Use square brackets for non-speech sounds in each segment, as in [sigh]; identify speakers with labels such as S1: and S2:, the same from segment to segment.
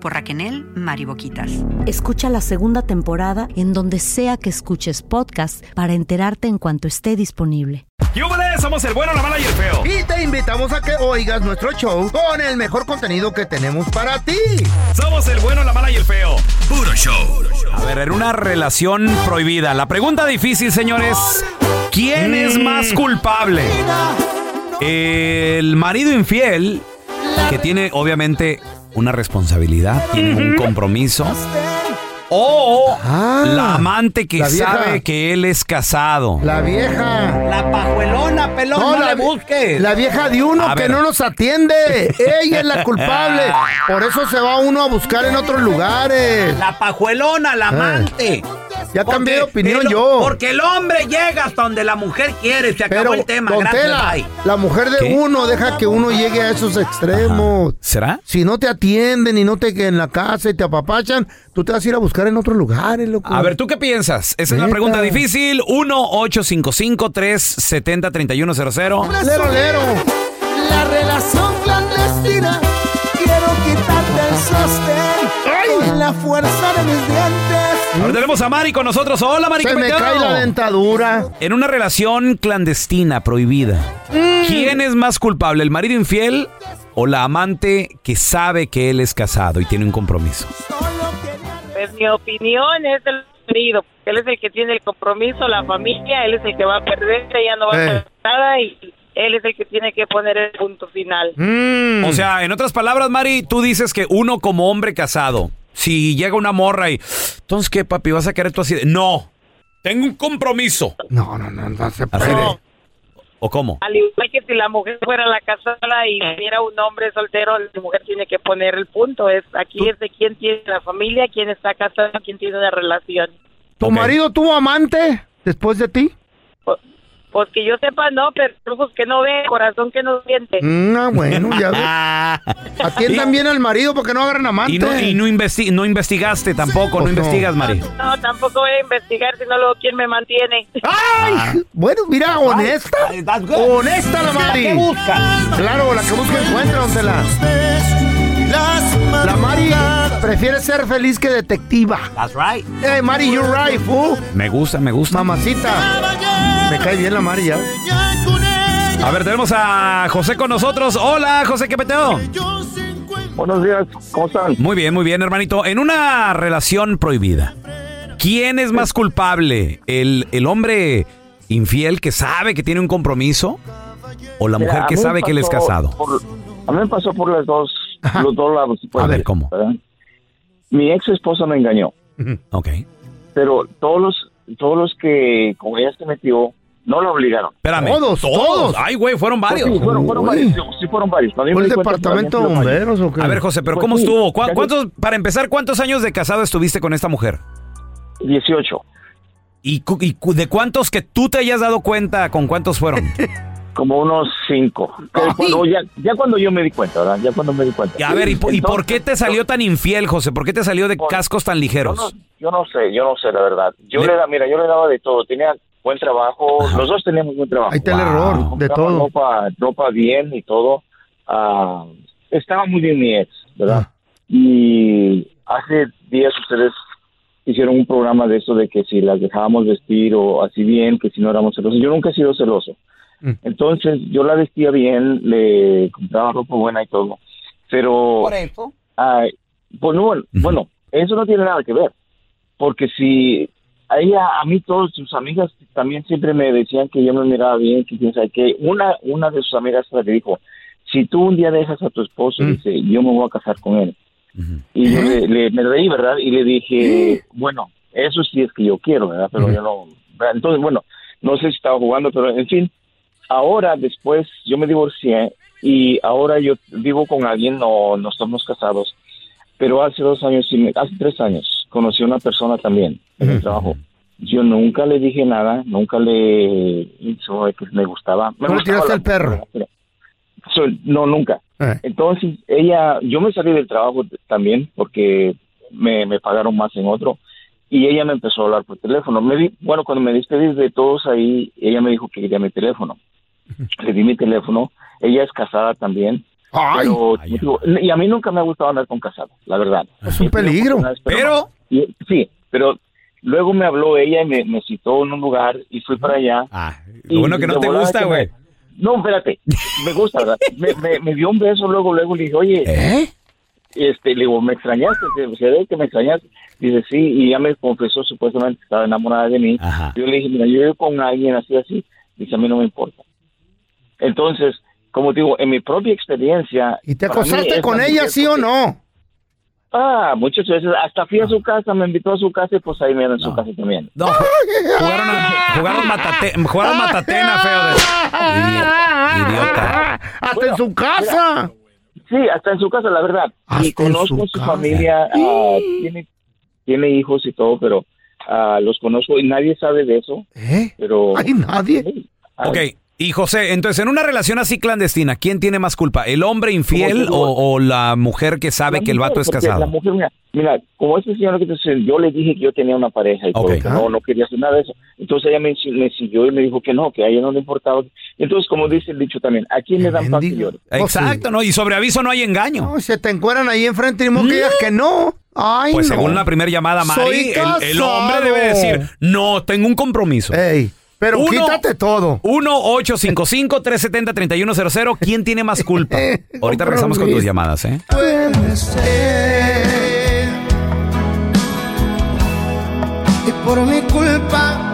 S1: por Raquenel Mariboquitas.
S2: Escucha la segunda temporada en donde sea que escuches podcast para enterarte en cuanto esté disponible.
S3: ¡Yúbales! Somos el bueno, la mala y el feo.
S4: Y te invitamos a que oigas nuestro show con el mejor contenido que tenemos para ti.
S3: Somos el bueno, la mala y el feo.
S5: Puro show.
S3: A ver, en una relación prohibida. La pregunta difícil, señores. ¿Quién
S4: Mm.
S3: es más culpable? ¿El marido infiel, que tiene obviamente una responsabilidad, tiene un compromiso? ¿O la amante que
S4: Ah, la vieja.
S3: sabe que él es casado?
S4: La vieja.
S6: La pajuelona, pelón, no, le
S4: la vi-
S6: busques.
S4: La vieja de uno
S3: A
S4: que
S3: ver.
S4: no nos atiende. Ella es
S6: [laughs]
S4: la culpable. Por eso se va uno a buscar en otros lugares.
S6: La pajuelona, la amante.
S3: Ah,
S4: Ya cambié de
S6: Porque
S4: opinión
S6: el-
S4: yo.
S6: Porque el hombre llega hasta donde la mujer quiere. Se acabó
S4: Pero,
S6: el tema.
S4: don
S6: Gracias,
S4: Tela,
S6: bye.
S4: la mujer de
S3: ¿Qué?
S4: uno deja que uno llegue a esos extremos.
S3: ¿Será?
S4: Si no te atienden y no te que en la casa y te apapachan, tú te vas a ir a buscar en otros lugares, loco.
S3: A ver, ¿tú qué piensas? Esa es
S4: Neta.
S3: la pregunta difícil. 1-855-370-3100.
S4: Lero, lero.
S7: La relación clandestina. Quiero quitarte el sostén con la fuerza de mis dientes.
S3: Ahora tenemos a Mari con nosotros. Hola, Mari.
S4: Se
S3: ¿qué
S4: me
S3: peteo?
S4: cae la dentadura.
S3: En una relación clandestina, prohibida,
S4: Mm.
S3: ¿quién es más culpable, el marido infiel o la amante que sabe que él es casado y tiene un compromiso?
S8: Pues mi opinión es el marido. porque Él es el que tiene el compromiso, la familia, él es el que va a perder, ella no va
S4: Eh.
S8: a hacer nada y él es el que tiene que poner el punto final.
S4: Mm.
S3: O sea, en otras palabras, Mari, tú dices que uno como hombre casado, si llega una morra y, entonces, ¿qué, papi? ¿Vas a querer tú así? de-?" No, tengo un compromiso.
S4: No, no, no, no se
S3: Así
S4: puede.
S3: de- ¿O cómo?
S8: Al igual que si la mujer fuera la casada y viniera un hombre soltero, la mujer tiene que poner el punto. Es aquí es de quién tiene la familia, quién está casado, quién tiene una relación.
S4: ¿Tu
S3: Ok.
S4: marido tuvo amante después de ti?
S8: Pues, pues que yo sepa, no, pero ojos que no ve, corazón que no siente.
S4: Mm, ah, bueno, ya
S9: [laughs]
S4: ves. Atiendan bien al marido porque no agarran amante.
S3: Y no, y no, investi- no investigaste tampoco, no
S4: Pues no.
S3: investigas, Mari.
S8: [laughs] No, tampoco voy a investigar, sino luego quién me mantiene.
S4: ¡Ay! Bueno, mira, honesta.
S6: Ay, that's good.
S4: Honesta la Mari.
S6: ¿Qué buscas?
S4: Claro, la que busca encuentra, don Tela. La Mari prefiere ser feliz que detectiva.
S6: That's right.
S4: Eh, Mari, you're right, fool.
S3: Me gusta, me gusta.
S4: Mamacita. Me cae bien la Mari ya.
S3: A ver, tenemos a José con nosotros. Hola, José, ¿qué peteo?
S10: Buenos días, ¿cómo están?
S3: Muy bien, muy bien, hermanito. En una relación prohibida, ¿quién es más culpable? ¿El, el hombre infiel que sabe que tiene un compromiso? ¿O la mujer
S10: Mira, a
S3: que
S10: mí me
S3: sabe que él es
S10: pasó
S3: casado?
S10: [laughs] por- a mí me pasó por las dos,
S4: Ajá.
S10: los dos lados. pues,
S3: A ver, ¿cómo?
S10: ¿verdad? Mi ex esposa me engañó,
S3: Ok.
S10: pero todos los, todos los que con ella se metió, no la obligaron. Pues
S3: Espérame.
S4: Todos, todos.
S3: Ay, güey, fueron varios.
S10: Sí, fueron, fueron
S4: Uy.
S10: varios, sí fueron varios. Cuando yo
S4: ¿Fue
S10: me
S4: el
S10: di cuenta,
S4: departamento de
S10: habían sido
S4: bomberos o qué?
S3: A ver, José, ¿pero
S10: Pues
S3: cómo
S10: sí,
S3: estuvo? ¿Cuá-
S10: casi-
S3: ¿Cuántos, para empezar, cuántos años de casado estuviste con esta mujer?
S10: varios. 18,
S3: ¿Y, cu- y cu- de cuántos que tú te hayas dado cuenta, con cuántos fueron?
S10: [laughs] como unos 5. Cuando, ya, ya cuando yo me di cuenta, ¿verdad? Ya cuando me di cuenta.
S3: Y a ver, ¿y, po- y por qué te
S10: Entonces,
S3: salió tan infiel, José? ¿Por qué te salió de
S10: Por-
S3: cascos tan
S10: Yo
S3: ligeros?
S10: no, yo no sé, yo no sé la verdad. Yo
S3: Le-
S10: le, da, mira, yo le daba de todo. Tenía buen trabajo, los dos teníamos buen
S11: Ah,
S10: trabajo.
S4: Ahí está el
S3: Wow.
S4: error de
S10: Compraba
S4: todo.
S10: Ropa, ropa bien y todo. Ah, estaba muy bien mi ex, ¿verdad?
S4: Ah.
S10: Y hace días ustedes hicieron un programa de eso de que si las dejábamos vestir o así bien, que si no éramos celosos. Yo nunca he sido celoso.
S4: Mm.
S10: Entonces yo la vestía bien, le compraba ropa buena y todo. Pero
S4: Oh.
S6: Por eso.
S10: Ay, pues no, bueno, eso no tiene nada que ver, porque si a ella, a mí todas sus amigas también siempre me decían que yo me miraba bien, que quién sabe qué. Una, una de sus amigas le dijo, si tú un día dejas a tu esposo,
S4: Mm.
S10: dice, yo me voy a casar con él.
S3: Ujú.
S10: Y yo le, le- me reí, ¿verdad? Y le dije, bueno, eso sí es que yo quiero, ¿verdad? Pero yo no... ¿verdad? Entonces, bueno, no sé si estaba jugando, pero en fin, ahora después yo me divorcié y ahora yo vivo con alguien, no, no estamos casados, pero hace dos años, y me- hace tres años, conocí a una persona también en el trabajo. Yo nunca le dije nada, nunca le hizo que me gustaba. Me
S4: Tú le
S10: gustaba
S4: tiraste
S10: la-
S4: al perro.
S10: So, no, nunca.
S4: Eh.
S10: Entonces, ella, yo me salí del trabajo t- también porque me, me pagaron más en otro y ella me empezó a hablar por teléfono. Me di, bueno, cuando me despedí de todos ahí, ella me dijo que quería mi teléfono. Le di mi teléfono. Ella es casada también.
S4: Ay,
S10: pero, digo, y a mí nunca me ha gustado andar con casados, la verdad.
S4: es un peligro.
S3: Pero,
S10: Y- sí, pero luego me habló ella y me, me citó en un lugar y fui para allá.
S3: ah, lo bueno que
S10: Y
S3: no
S10: de
S3: te
S10: volada
S3: gusta,
S10: que
S3: güey.
S10: me- No, espérate. Me gusta, ¿verdad? Me, me- me dio un beso, luego, luego le dije, oye,
S3: ¿Eh?
S10: este, le digo, ¿me extrañaste? Se- Se ve que me extrañaste. Dice, sí, y ya me confesó supuestamente que estaba enamorada de mí.
S3: Ajá.
S10: Yo le dije, mira, yo vivo con alguien así, así. Dice, a mí no me importa. Entonces, como te digo, en mi propia experiencia...
S4: ¿Y te
S10: para mí
S4: acostaste
S10: esa
S4: con
S10: mujer-
S4: ella, sí o no?
S10: Ah, muchas veces. Hasta fui a su casa, me invitó a su casa y pues ahí me era en su casa también.
S3: Ah. No, ju- jugaron, a- jugaron, matate- jugaron matatena, feo.
S10: [laughs]
S3: De, idiota.
S4: Hasta en su casa.
S10: Sí, hasta en su casa, la verdad.
S4: Hasta
S10: y
S4: en
S10: conozco
S4: su
S10: a su
S4: casa.
S10: familia, ah, tiene, tiene hijos y todo, pero ah, los conozco y nadie sabe de eso,
S4: ¿Eh?
S10: pero...
S4: ¿Hay nadie?
S10: Sí, ah,
S3: Ok. Y José, entonces en una relación así clandestina, ¿quién tiene más culpa? ¿El hombre infiel
S10: Como te digo-
S3: o, o la mujer que sabe
S10: la
S3: que el vato
S10: mujer,
S3: es
S10: porque La
S3: casado?
S10: mujer, mira, mira, como ese señor que te decía, yo le dije que yo tenía una pareja y todo,
S3: Ok.
S10: que no, no quería hacer nada de eso. Entonces ella me, si- me siguió y me dijo que no, que a ella no le importaba. Entonces, como dice el dicho también, ¿a quién le dan paz que
S4: Mendigo.
S10: llore?
S4: Oh, sí.
S3: Exacto, ¿no? Y sobre aviso no hay engaño.
S4: No, se te encueran ahí enfrente y ni modo que digas que no. Ay,
S3: Pues
S4: no.
S3: según la primera llamada, Mari,
S4: Soy
S3: el, el hombre
S4: casado.
S3: debe decir, no, tengo un compromiso.
S4: Ey, pero
S3: Uno-
S4: quítate todo.
S3: 1-855-370-3100. ¿Quién tiene más culpa?
S4: Eh,
S3: Ahorita regresamos con tus
S4: compromiso.
S3: llamadas, ¿eh?
S7: puede ser. Y por mi culpa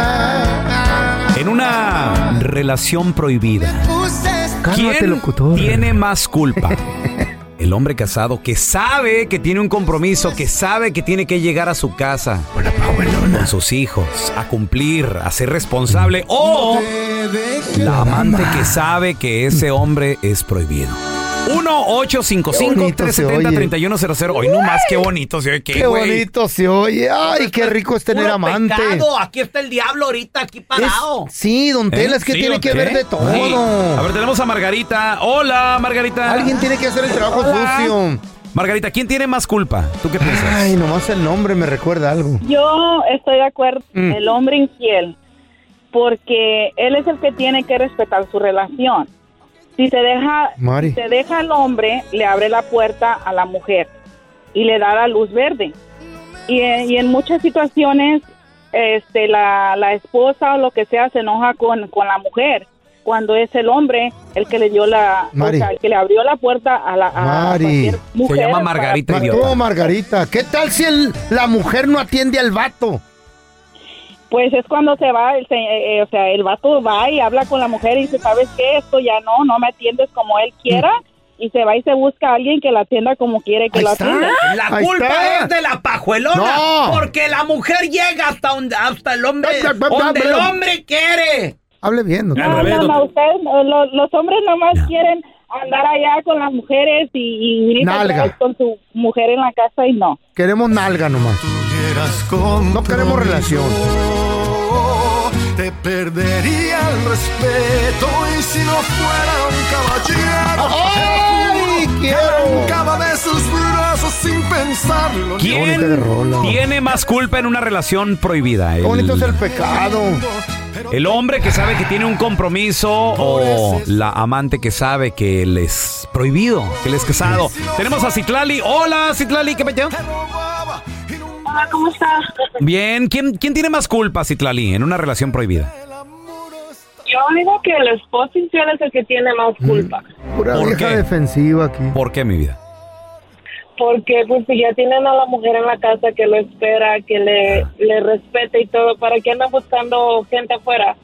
S7: acabará.
S3: En una relación prohibida,
S7: Puse
S4: Cálmate,
S3: ¿quién
S4: locutor.
S3: tiene más culpa? [laughs] El hombre casado que sabe que tiene un compromiso, que sabe que tiene que llegar a su casa con sus hijos, a cumplir, a ser responsable, o la amante que sabe que ese hombre es prohibido. 1-855-370-3100. Hoy no más, qué bonito se oye. Qué,
S4: Qué
S3: güey.
S4: bonito se oye. Ay, qué rico es tener
S6: Puro
S4: amante.
S6: pecado, Aquí está el diablo ahorita, aquí
S4: Es-
S6: parado.
S4: sí, don Tela,
S3: ¿Eh?
S4: es que
S3: Sí,
S4: tiene
S3: ¿o
S4: que
S3: qué?
S4: ver de todo.
S3: Sí. A ver, tenemos a Margarita. Hola, Margarita.
S4: Alguien tiene que hacer el trabajo sucio.
S3: Margarita, ¿quién tiene más culpa? ¿Tú qué piensas?
S4: Ay, nomás el nombre me recuerda algo.
S5: Yo estoy de acuerdo,
S4: Mm.
S5: el hombre infiel, porque él es el que tiene que respetar su relación. Si se deja,
S4: Mari.
S5: si se deja al hombre, le abre la puerta a la mujer y le da la luz verde. Y, en- y en muchas situaciones, este, la, la esposa o lo que sea se enoja con, con la mujer cuando es el hombre el que le dio la, o
S4: Mari.
S5: sea, el que le abrió la puerta a la a
S4: Mari.
S5: Ah, cualquier
S4: Se
S5: mujer
S3: llama
S5: para-
S3: Margarita.
S4: Ma-
S3: idiota.
S4: Oh, Margarita, ¿qué tal si el- la mujer no atiende al vato?
S5: Pues es cuando se va, el, se- eh, eh, o sea, el vato va y habla con la mujer y dice, ¿sabes qué? Esto ya no, no me atiendes como él
S6: Mm.
S5: quiera. Y se va y se busca a alguien que la atienda como quiere que
S4: Ahí
S5: la
S4: está.
S5: atienda.
S6: La
S4: Ahí
S6: culpa
S4: está.
S6: es de la pajuelona.
S4: No.
S6: Porque la mujer llega hasta donde, hasta el hombre,
S4: Bla, bla, bla,
S6: donde
S4: bla.
S6: el hombre quiere.
S4: Hable bien, don
S5: No,
S4: Tela.
S5: no, no, ustedes, eh, lo- los hombres nomás
S3: No.
S5: quieren andar allá con las mujeres y, y venir
S4: Nalga.
S5: otra vez con su mujer en la casa y no.
S4: Queremos nalga nomás. No queremos relación.
S7: Te perdería el respeto y si no fuera un caballero.
S4: ¡Ay, quiero!
S7: Arrancaba de sus brazos sin pensarlo.
S4: bonita de
S3: ¿Quién
S4: rola.
S3: tiene más culpa en una relación prohibida?
S4: Qué
S3: El,
S4: bonito es el pecado.
S3: el hombre que sabe que tiene un compromiso o la amante que sabe que él es prohibido, que él es casado. Tenemos a Citlali. Hola, Citlali, ¿qué pecho?
S5: Hola, ¿cómo estás?
S3: Bien, ¿quién, quién tiene más culpa, Citlali, en una relación prohibida?
S5: Yo digo que el esposo infiel es el que tiene más culpa.
S4: Pura
S3: ¿Por
S4: vieja
S3: qué?
S4: defensiva aquí.
S3: ¿Por qué, mi vida?
S5: porque pues si ya tienen a la mujer en la casa que lo espera, que le, le respete y todo, ¿para qué andan buscando gente afuera?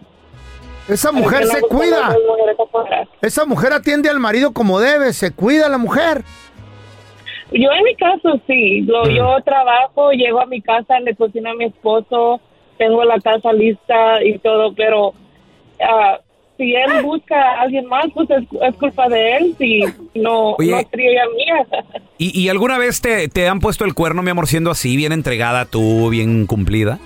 S4: Esa
S5: ¿Para qué
S4: mujer
S5: andan
S4: se
S5: buscando
S4: cuida.
S5: otras mujeres afuera?
S4: Esa mujer atiende al marido como debe. Se cuida la mujer.
S5: Yo en mi caso sí, Lo- yo trabajo, llego a mi casa, le cocino a mi esposo, tengo la casa lista y todo, pero ah,
S9: si él busca a alguien más, pues es, es culpa de él, si no,
S3: Oye.
S9: no sería ya mía.
S3: ¿Y, y alguna vez te, te han puesto el cuerno, mi amor, siendo así, bien entregada tú, bien cumplida?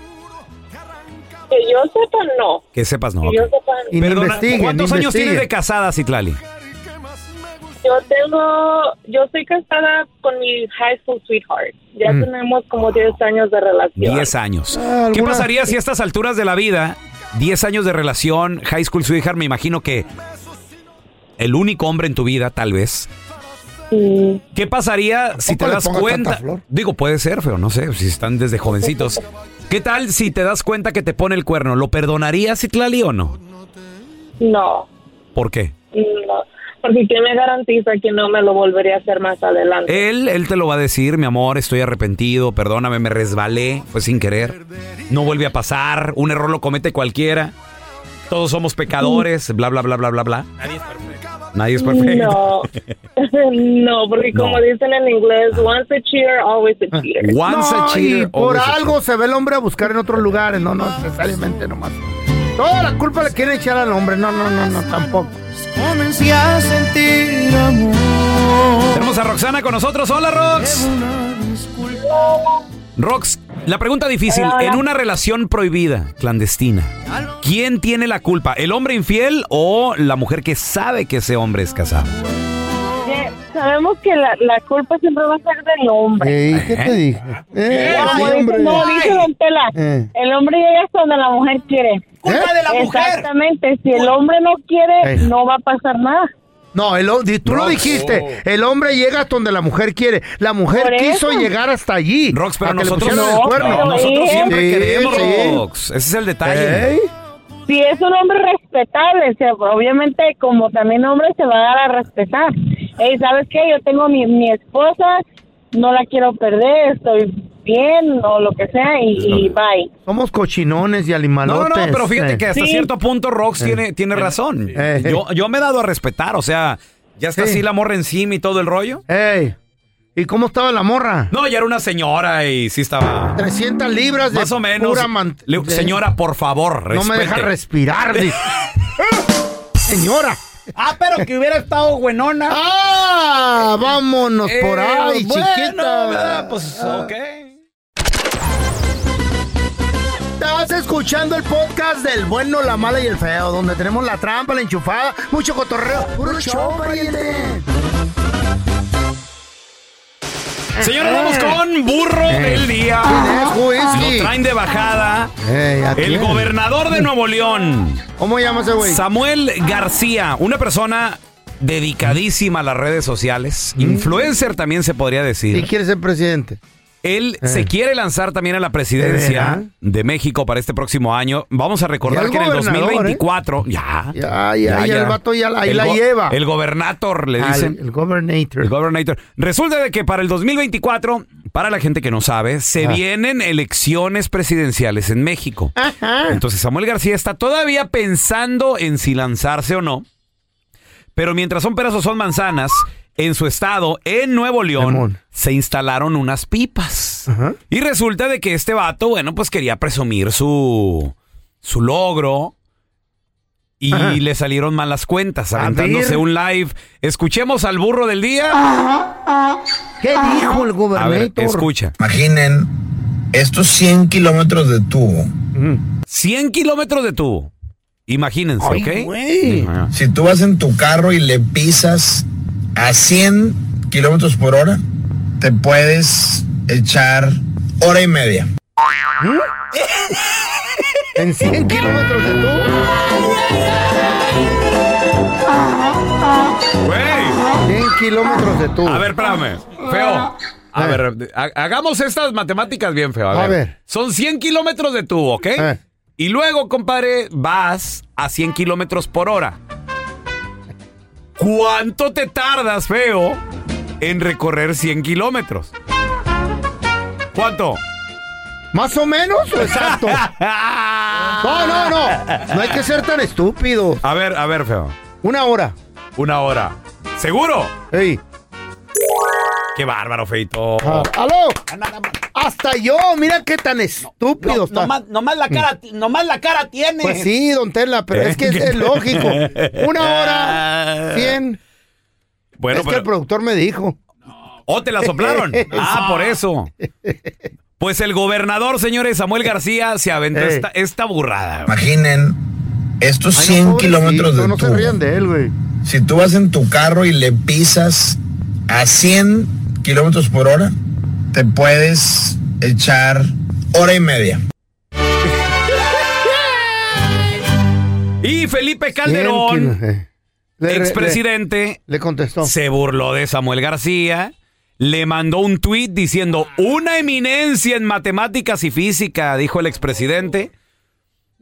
S9: Que yo sepa, no.
S3: Que sepas, no.
S9: que yo
S3: ok.
S9: sepa, no.
S3: Perdona, ¿Cuántos años tienes de casada, Citlali?
S9: Yo tengo, yo estoy casada con mi high school sweetheart. Ya
S3: Mm.
S9: tenemos como 10 años de relación.
S3: 10 años.
S9: Ah,
S3: ¿Qué
S9: algunas-
S3: pasaría si a estas alturas de la vida, 10 años de relación, high school sweetheart, me imagino que el único hombre en tu vida, tal vez? ¿Qué pasaría si te
S4: le
S3: das
S4: pongas tanta
S3: cuenta? Digo, puede ser, feo, no sé, si están desde jovencitos. ¿Qué tal si te das cuenta que te pone el cuerno? ¿Lo perdonarías, Citlali, o no?
S9: No,
S3: ¿Por qué?
S9: no. Porque ¿quién me garantiza que no me lo volvería a hacer más adelante?
S3: Él, él te lo va a decir, mi amor, estoy arrepentido, perdóname, me resbalé, fue sin querer. No vuelve a pasar, un error lo comete cualquiera. Todos somos pecadores, bla, bla, bla, bla, bla, bla. Nadie es perfecto. Nadie es perfecto.
S9: No, [laughs] no, porque como dicen en inglés, once a cheater, always a cheater.
S3: Ah,
S4: No, y por algo se ve el hombre a buscar en otros lugares, no, no necesariamente nomás. Toda la culpa le quieren echar al hombre, no, no, no, no, tampoco.
S7: Comencé a sentir amor.
S3: Tenemos a Roxana con nosotros. Hola, Rox. Rox, la pregunta difícil.
S7: Hola, hola.
S3: En una relación prohibida, clandestina, ¿quién tiene la culpa? ¿El hombre infiel o la mujer que sabe que ese hombre es casado?
S9: Eh, Sabemos que la, la culpa siempre va a ser del hombre.
S4: ¿Qué te [laughs] dije? Eh,
S9: Como
S4: sí,
S9: dice-
S4: hombre.
S9: como dice Don Tela,
S4: Eh.
S9: el hombre llega hasta donde la mujer quiere.
S4: Culpa de la mujer.
S9: Exactamente, si el hombre no quiere,
S4: Eh.
S9: no va a pasar nada.
S4: No, el, ho- di- tú lo
S3: Rox.
S4: dijiste. El hombre llega hasta donde la mujer quiere. La mujer
S9: Por
S4: quiso
S9: eso.
S4: llegar hasta allí.
S3: Rox, pero
S4: a que le
S3: nosotros,
S4: pusieran el cuerno.
S3: no, nosotros siempre
S4: Sí,
S3: queremos,
S4: sí.
S3: Rox. Ese es el detalle.
S4: Ey.
S9: Si es un hombre respetable, o sea, obviamente como también hombre se va a dar a respetar. Ey, ¿sabes qué? Yo tengo mi, mi esposa, no la quiero perder, estoy bien o lo que sea y, y bye.
S4: Somos cochinones y
S3: No,
S4: alimalotes.
S3: no, pero fíjate que hasta
S9: Sí.
S3: cierto punto Rox
S4: Eh.
S3: tiene, tiene razón.
S4: Eh.
S3: Yo, yo me he dado a respetar, o sea, ya está
S4: Sí.
S3: así la morra encima y todo el rollo.
S4: Ey, ¿y cómo estaba la morra?
S3: No, ya era una señora y sí estaba...
S4: 300 libras de
S3: Más o menos.
S4: pura man-
S3: Le-
S4: de-
S3: señora, por favor,
S4: No me deja
S3: respete. [laughs]
S4: respirar, dice. Señora.
S6: Ah, pero que hubiera estado buenona.
S4: Ah, vámonos por
S6: Eh,
S4: ahí,
S6: bueno,
S4: chiquita. Ah.
S6: ¿verdad? Pues, ok.
S4: Estás escuchando el podcast del bueno, la mala y el feo, donde tenemos la trampa, la enchufada, mucho cotorreo. Puro show, pariente.
S3: Señores, vamos con burro del día.
S4: Eh. ¿Quién es? Eh. Who is he?
S3: Lo traen de bajada.
S4: Ey, ¿a
S3: El
S4: quién?
S3: gobernador de Nuevo León.
S4: ¿Cómo llama ese güey?
S3: Samuel García, una persona dedicadísima a las redes sociales, influencer también se podría
S4: Mm. ¿Y
S3: decir.
S4: quiere ser presidente? Eh.
S3: Él se quiere lanzar también a la presidencia de México para este próximo año. Vamos a
S4: Ya
S3: recordar
S4: el
S3: que en el
S4: gobernador, ¿eh?
S3: 2024, ya,
S4: Ya, ya, ya, el vato ya la- ahí
S3: El
S4: la
S3: go-
S4: lleva.
S3: El gobernator le
S4: Al-
S3: dicen.
S4: el gobernator.
S3: El gobernator. Resulta de que para el 2024, para la gente que no sabe, se
S4: Ah.
S3: vienen elecciones presidenciales en México.
S6: Ah.
S3: Entonces Samuel García está todavía pensando en si lanzarse o no. Pero mientras son peras o son manzanas, en su estado, en Nuevo León, se instalaron unas pipas. Y resulta de que este vato, bueno, pues quería presumir su, su logro. Y
S4: Ajá.
S3: le salieron malas cuentas, aventándose
S4: ver. Ah.
S3: un live. Escuchemos al burro del día.
S4: ¿Qué dijo el
S3: A ver,
S4: gobernator?
S3: escucha.
S12: Imaginen estos 100 kilómetros de tubo.
S3: 100 kilómetros de tubo. Imagínense,
S12: Ay,
S3: ¿ok?
S12: Si tú vas en tu carro y le pisas a 100 kilómetros por hora, te puedes echar hora y media.
S4: ¿Mm?
S3: [laughs]
S4: ¿En 100 kilómetros de tú?
S3: Güey.
S4: 100 kilómetros de tú.
S3: A ver, espérame. Feo. A ver, ha- hagamos estas matemáticas bien, feo. A,
S4: Eh. A
S3: ver.
S4: ver. Eh.
S3: Son 100 kilómetros de tubo, ¿ok? Y luego, compadre, vas a 100 kilómetros por hora. ¿Cuánto te tardas, feo, en recorrer 100 kilómetros? ¿Cuánto? [laughs]
S4: ¿Más o menos o exacto? No, no, no. No hay que ser tan estúpido.
S3: A ver, a ver, feo.
S4: Una hora.
S3: Una hora. ¿Seguro?
S4: Ey.
S3: Qué bárbaro, Feito.
S4: Ah, ¡Aló! Hasta yo, mira qué tan estúpido está. Mm.
S6: Nomás, nomás la cara, nomás la cara tiene.
S4: Pues sí, don Tela, pero es que es,
S3: [laughs]
S4: es lógico. Una hora, cien.
S3: Bueno,
S4: es que el productor me dijo.
S3: ¡Oh, te la
S4: [laughs]
S3: soplaron! ah, por eso. Pues el gobernador, señores, Samuel García, se
S4: Eh.
S3: aventó
S12: Ey.
S3: esta, esta burrada.
S12: Imaginen estos
S3: Ay, no,
S12: 100
S3: pobrecito,
S12: kilómetros de
S3: no se
S12: tubo.
S3: rían de él, güey.
S12: Si tú vas en tu carro y le pisas a 100 kilómetros por hora, te puedes echar hora y media.
S3: Y Felipe
S4: Cien
S3: Calderón,
S4: kilos, eh. Le-
S3: expresidente,
S4: le contestó.
S3: se burló de Samuel García, le mandó un tuit diciendo una eminencia en matemáticas y física, dijo el expresidente,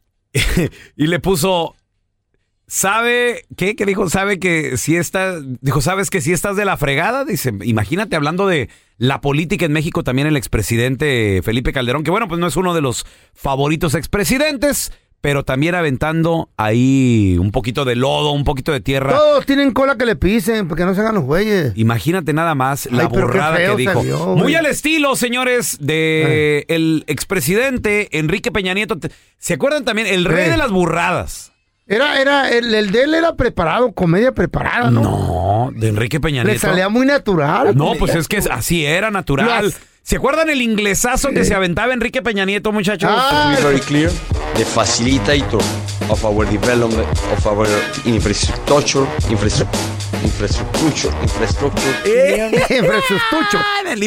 S3: [laughs] y le puso, ¿sabe qué? ¿Qué dijo? ¿Sabe que si estás, dijo, ¿sabes que si estás de la fregada? Dice, imagínate hablando de la política en México también el expresidente Felipe Calderón, que bueno, pues no es uno de los favoritos expresidentes. Pero también aventando ahí un poquito de lodo, un poquito de tierra
S4: Todos tienen cola que le pisen, porque no se hagan los güeyes.
S3: Imagínate nada más la
S4: Ay, pero qué
S3: burrada
S4: feo
S3: que
S4: se
S3: dijo.
S4: vio, güey.
S3: Muy al estilo, señores, de el expresidente Enrique Peña Nieto. Te- ¿Se acuerdan también? El rey
S4: Eh.
S3: de las burradas.
S4: Era, era, el, el de él era preparado, comedia preparada, ¿no?
S3: No, de Enrique Peña
S4: le
S3: Nieto.
S4: salía muy natural.
S3: No, pues es que así era, natural.
S4: Las-
S3: ¿Se acuerdan el inglesazo que se aventaba Enrique Peña Nieto, Pues, muchachos?
S4: Ah,
S13: To be very clear, the facilitator of our development, of our infrastructure, infrastructure, infrastructure, infrastructure.
S3: ¿Eh? [laughs]
S4: Infraestructucho.
S3: El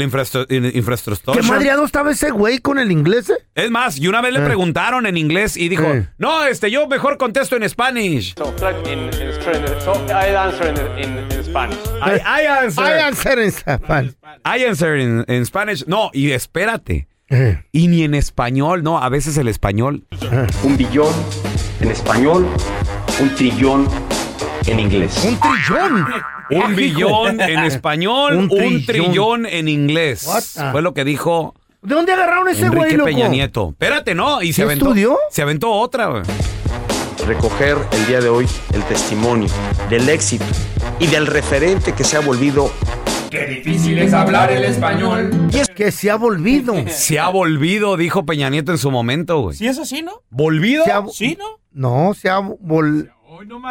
S3: infraestructucho. El infraestructucho.
S4: ¿Qué madreado estaba ese güey con el inglés? eh?
S3: Es más, y una vez le
S4: Eh.
S3: preguntaron en inglés y dijo,
S4: Eh.
S3: no, este, yo mejor contesto en Spanish.
S14: in, in, Spanish. so I answer in, in, in Spanish.
S3: I, I answer.
S4: I Eh, answer in Spanish.
S3: I answer in, in Spanish. No, y espérate.
S4: Eh.
S3: Y ni en español, no, a veces el español.
S13: Un billón en español, un trillón en inglés.
S4: Un trillón. Ah,
S3: Un billón en español, un
S13: Un
S3: trillón,
S13: trillón.
S3: en inglés.
S4: What the-
S3: Fue lo que dijo
S4: ¿De dónde agarraron ese güey,
S3: Enrique
S4: loco?
S3: Peña Nieto. Espérate, no, y
S4: ¿Sí
S3: se aventó.
S4: estudió?
S3: Se aventó otra. güey.
S13: Recoger el día de hoy el testimonio del éxito y del referente que se ha volvido
S15: Qué difícil es hablar el español.
S4: Y es que se ha volvido.
S3: Se ha volvido, dijo Peña Nieto en su momento, güey.
S6: Si es así, ¿no?
S3: ¿Volvido?
S4: Se ha-
S6: Sí, ¿no?
S4: No, se ha vol...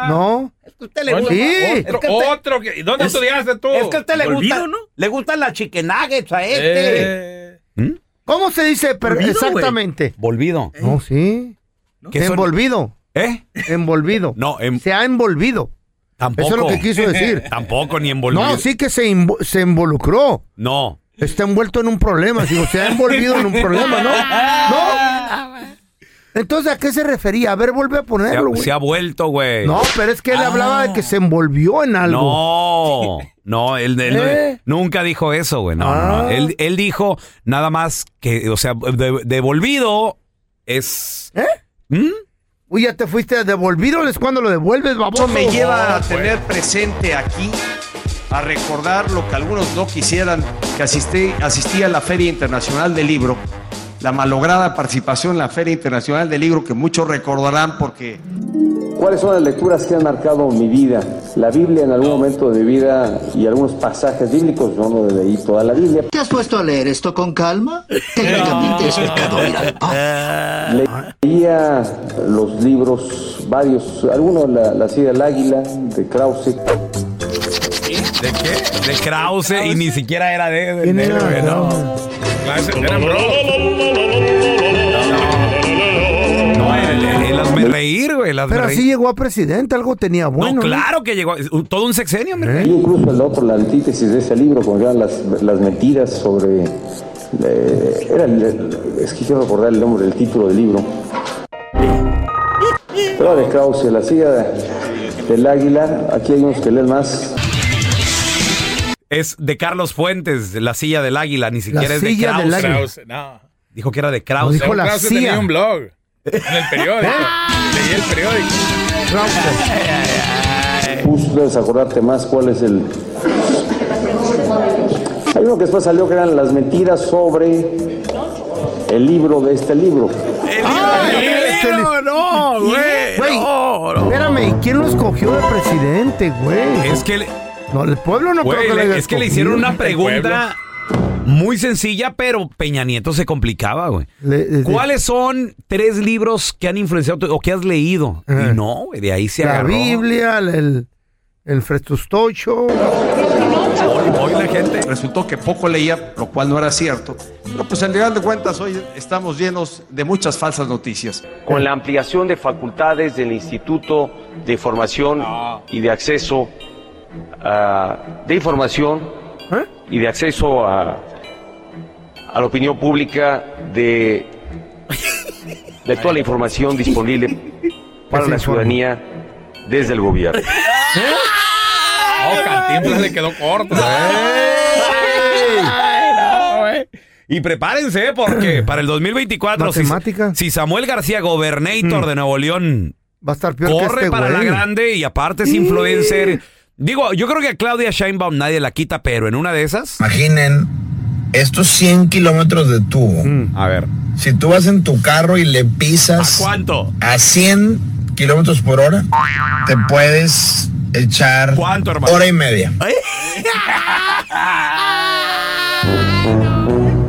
S4: No.
S6: Usted le gusta.
S4: Sí.
S6: Es que a usted-
S3: que-
S6: es- Es que a usted le
S3: Olvido,
S6: gusta, Le gustan las chicken nuggets a
S3: Eh,
S6: este.
S4: ¿Mm? ¿Cómo se dice per-
S3: Volvido,
S4: exactamente?
S3: Volvido. Eh.
S4: No, sí.
S3: ¿Qué son-
S4: Envolvido.
S3: [laughs] ¿Eh?
S4: Envolvido.
S3: No, em-
S4: Se ha envolvido.
S3: Tampoco.
S4: Eso es lo que quiso decir.
S3: [laughs] Tampoco, ni envolvido.
S4: No, sí que se, invo- se involucró.
S3: No.
S4: Está envuelto en un problema. Digo, se ha envolvido
S3: [laughs]
S4: en un problema, ¿no? ¿No? Entonces, ¿a qué se refería? A ver, vuelve a
S3: Se ha,
S4: ponerlo, güey.
S3: se ha vuelto, güey.
S4: No, pero es que él hablaba de que se envolvió en algo.
S3: Ah. No,
S4: [laughs]
S3: no, él, él no-
S4: ¿Eh? Ah.
S3: nunca dijo eso, güey. No, no, no. Él, él dijo nada más que, o sea, de- devolvido es.
S4: ¿Eh?
S3: ¿Mm?
S4: Uy, ya te fuiste a devolvido, es cuando lo devuelves, baboso.
S13: me lleva
S3: pues.
S13: a tener presente aquí, a recordar lo que algunos no quisieran, que asistí, asistí a la Feria Internacional del Libro, la malograda participación en la Feria Internacional del Libro que muchos recordarán porque... ¿Cuáles son las lecturas que han marcado mi vida? La Biblia en algún momento de mi vida y algunos pasajes bíblicos, yo no leí toda la Biblia.
S16: ¿Te has puesto a leer esto con
S4: [laughs]
S16: calma? Técnicamente es pecado ir al pub.
S13: Leía los libros, varios, algunos La, la Silla del Águila, de Krause.
S3: ¿De qué? De Krause y ni siquiera era de. de- de- güey, no. Krause era bro. No, no, él, él- él hazme Eh, reír, güey. él hazme
S4: Pero
S3: reír.
S4: así llegó a presidente, algo tenía bueno.
S3: no,
S4: ¿no?
S3: claro que llegó. Todo un sexenio, mi
S13: Y
S3: rey.
S13: incluso el otro, la antítesis de ese libro, como eran las, las mentiras sobre... eh, era el- es que quiero recordar el nombre, el título del libro. Pero de Krause, la silla de- del águila, aquí hay unos que leen más.
S3: Es de Carlos Fuentes, La silla del águila, ni siquiera es de
S4: silla
S3: Krause.
S4: del águila.
S3: Krause,
S17: No.
S3: Dijo que era de Krause.
S4: dijo la ¿Eh? Krause tenía silla. un
S17: blog. En el periódico. Leí el periódico.
S13: Justo debes acordarte más cuál es el... Hay uno que después salió que eran las mentiras sobre el libro de este libro.
S4: Este li-
S3: no, güey.
S4: Güey, espérame, ¿y quién lo escogió de presidente, güey?
S3: Es que él,
S4: No, el pueblo no
S3: Güey,
S4: creo que
S3: le-
S4: lo haya
S3: es que le
S4: escogido.
S3: hicieron una pregunta muy sencilla, pero Peña Nieto se complicaba, güey.
S4: eh,
S3: ¿Cuáles son tres libros que han influenciado tu- o que has leído? Y no, güey, de ahí se
S4: la
S3: agarró.
S4: Biblia, el, el, el Frestustocho.
S13: Hoy la gente resultó que poco leía, lo cual no era cierto. Pero pues en final de cuentas hoy estamos llenos de muchas falsas noticias.
S18: con la ampliación de facultades del Instituto de Formación y de Acceso ah, de Información y de Acceso a, a la Opinión Pública de, de toda la información disponible para la ciudadanía desde el gobierno.
S4: ¿Eh?
S17: Oh, Cantinflas le quedó corto.
S3: Y prepárense ¿eh?
S4: [clears throat]
S3: porque para el 2024 si, si Samuel García Gobernator de Nuevo León
S4: Va a estar Mm. peor que
S3: corre
S4: este
S3: para
S4: güey.
S3: la grande y aparte es
S4: Sí.
S3: influencer. Digo, yo creo que a Claudia Sheinbaum nadie la quita, pero en una de esas
S12: Imaginen estos 100 kilómetros de tubo.
S3: Mm. a ver.
S12: Si tú vas en tu carro y le pisas. ¿A
S3: cuánto?
S12: A 100 kilómetros por hora, te puedes echar. Hora y media.
S3: ¿Eh?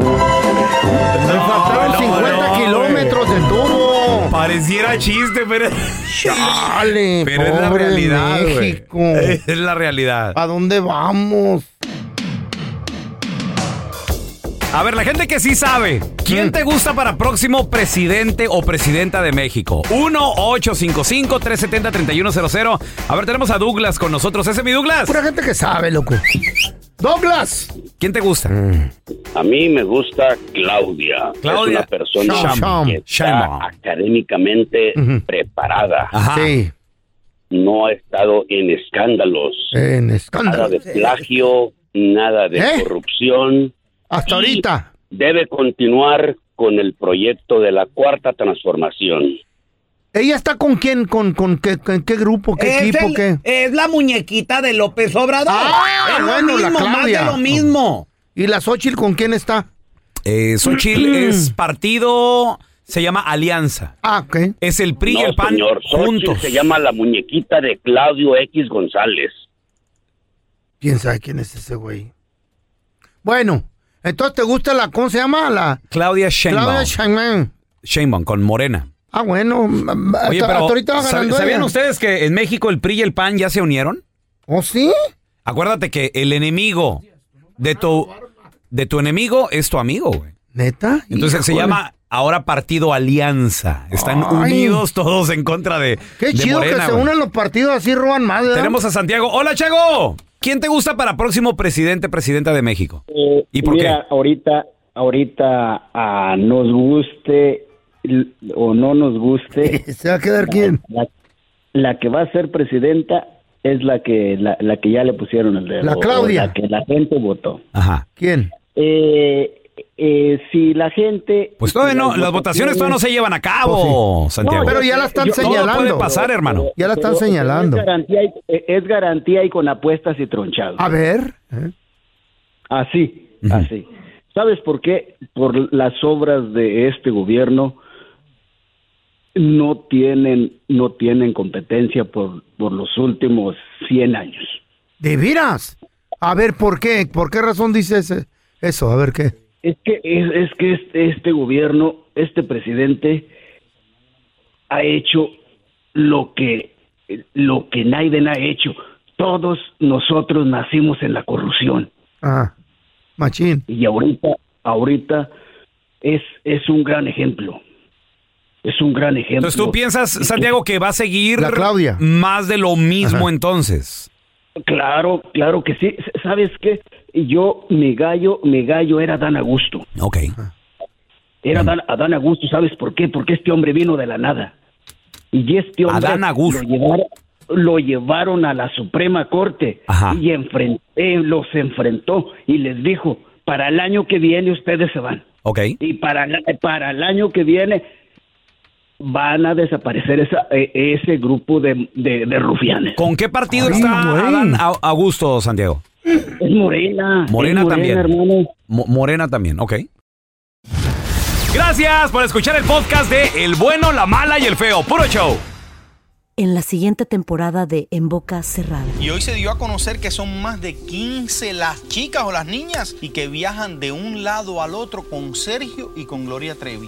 S4: Se faltaron 50 kilómetros de tubo.
S3: Pareciera chiste, pero.
S4: Chale,
S3: Pero es la
S4: pobre
S3: realidad, güey.
S4: México.
S3: [laughs] es la realidad.
S4: ¿A dónde vamos?
S3: A ver, la gente que sí sabe, ¿quién te gusta para próximo presidente o presidenta de México? 1-855-370-3100. A ver, tenemos a Douglas con nosotros. ¿Ese es mi Douglas?
S4: Pura gente que sabe, loco. Douglas.
S3: ¿Quién te gusta?
S19: Mm. A mí me gusta Claudia.
S3: Claudia.
S19: Es una persona
S3: Sheinbaum.
S19: que está académicamente
S4: Ujú.
S19: preparada.
S4: Sí,
S19: No ha estado en escándalos.
S4: en escándalo.
S19: Nada de plagio, nada de
S4: ¿Eh?
S19: corrupción.
S4: Hasta ahorita.
S19: Debe continuar con el proyecto de la cuarta transformación.
S4: ¿Ella está con quién? ¿Con, con qué, con qué grupo? ¿Qué
S6: Es
S4: equipo?
S6: el-
S4: ¿Qué?
S6: Es la muñequita de López Obrador.
S4: Ah,
S6: es lo
S4: bueno, la
S6: mismo, más
S4: Claudia.
S6: de lo mismo.
S4: ¿Y la Xochitl con quién está?
S3: Eh, Xochitl es partido, se llama Alianza.
S4: Ah, ok.
S3: Es el PRI y
S19: No,
S3: el PAN
S19: señor. Xochitl
S3: juntos.
S19: se llama la muñequita de Claudio X González.
S4: ¿Quién sabe quién es ese güey? Bueno, entonces te gusta la, ¿cómo se llama? La
S3: Claudia Sheinbaum.
S4: Claudia Sheinbaum.
S3: Sheinbaum con Morena.
S4: Ah, bueno, hasta,
S3: Oye,
S4: hasta
S3: pero
S4: ahorita va
S3: ¿sab-
S4: ganando
S3: ¿sabían
S4: ella.
S3: ustedes que en México el PRI y el PAN ya se unieron?
S4: ¿Oh, sí?
S3: Acuérdate que el enemigo de tu, de tu enemigo es tu amigo, güey.
S4: ¿Neta?
S3: Entonces se
S4: Híjole.
S3: llama ahora Partido Alianza. Están
S4: Ay.
S3: unidos todos en contra de,
S4: Qué
S3: de
S4: chido
S3: Morena,
S4: que se
S3: güey.
S4: unen los partidos así, roban más, ¿verdad?
S3: Tenemos a Santiago. Hola, Chago. ¿Quién te gusta para próximo presidente, presidenta de México?
S11: Eh,
S3: ¿Y por
S11: mira, ahorita, ahorita ah, nos guste l- o no nos guste.
S4: [laughs] ¿Se va a quedar quién?
S11: La, la que va a ser presidenta es la que la, la que ya le pusieron el dedo.
S4: La
S11: o
S4: Claudia.
S11: La que la gente votó.
S3: Ajá.
S4: ¿Quién?
S11: Eh, eh, si la gente. Pues
S3: Pues todavía no, las votaciones todavía no se llevan a cabo, Santiago.
S11: No, pero ya la están
S3: Todo puede
S11: señalando.
S3: pasar, hermano.
S4: Ya la están
S11: Pero- pero
S4: señalando.
S11: Es garantía, y, eh, es garantía y con apuestas y tronchados.
S4: A ver. ¿eh?
S11: Así,
S10: Ah,
S11: así. ¿Sabes por qué? Por las obras de este gobierno no tienen no tienen competencia por, por los últimos 100 años.
S4: ¿De veras? A ver, ¿por qué? ¿Por qué razón dices eh, eso? A ver, ¿qué?
S11: Es que es, es que este, este gobierno, este presidente ha hecho lo que lo que Naiden ha hecho. Todos nosotros nacimos en la corrupción.
S4: Ah, machín.
S11: y ahorita ahorita es es un gran ejemplo es un gran ejemplo
S3: Entonces tú piensas, Santiago, que va a seguir más de lo mismo entonces.
S11: claro claro que sí S- sabes qué yo mi gallo mi gallo era Dan Augusto
S3: Ok. Mm.
S11: era Dan, a Dan Augusto sabes por qué porque este hombre vino de la nada y este hombre
S3: Adán Augusto.
S11: lo llevaron lo llevaron a la Suprema Corte y enfren- eh, los enfrentó y les dijo para el año que viene ustedes se van
S3: Ok.
S11: Y para, la- para el año que viene van a desaparecer esa- eh, ese grupo de, de- de rufianes.
S3: ¿Con qué partido está Adán Au- Augusto, Santiago?
S11: Es Morena. es
S3: Morena también.
S11: hermano.
S3: Mo- Morena también, ok. Gracias por escuchar el podcast de El Bueno, la Mala y el Feo. Puro show.
S2: en la siguiente temporada de En Boca Cerrada.
S4: Y hoy se dio a conocer que son más de 15 las chicas o las niñas y que viajan de un lado al otro con Sergio y con Gloria Trevi.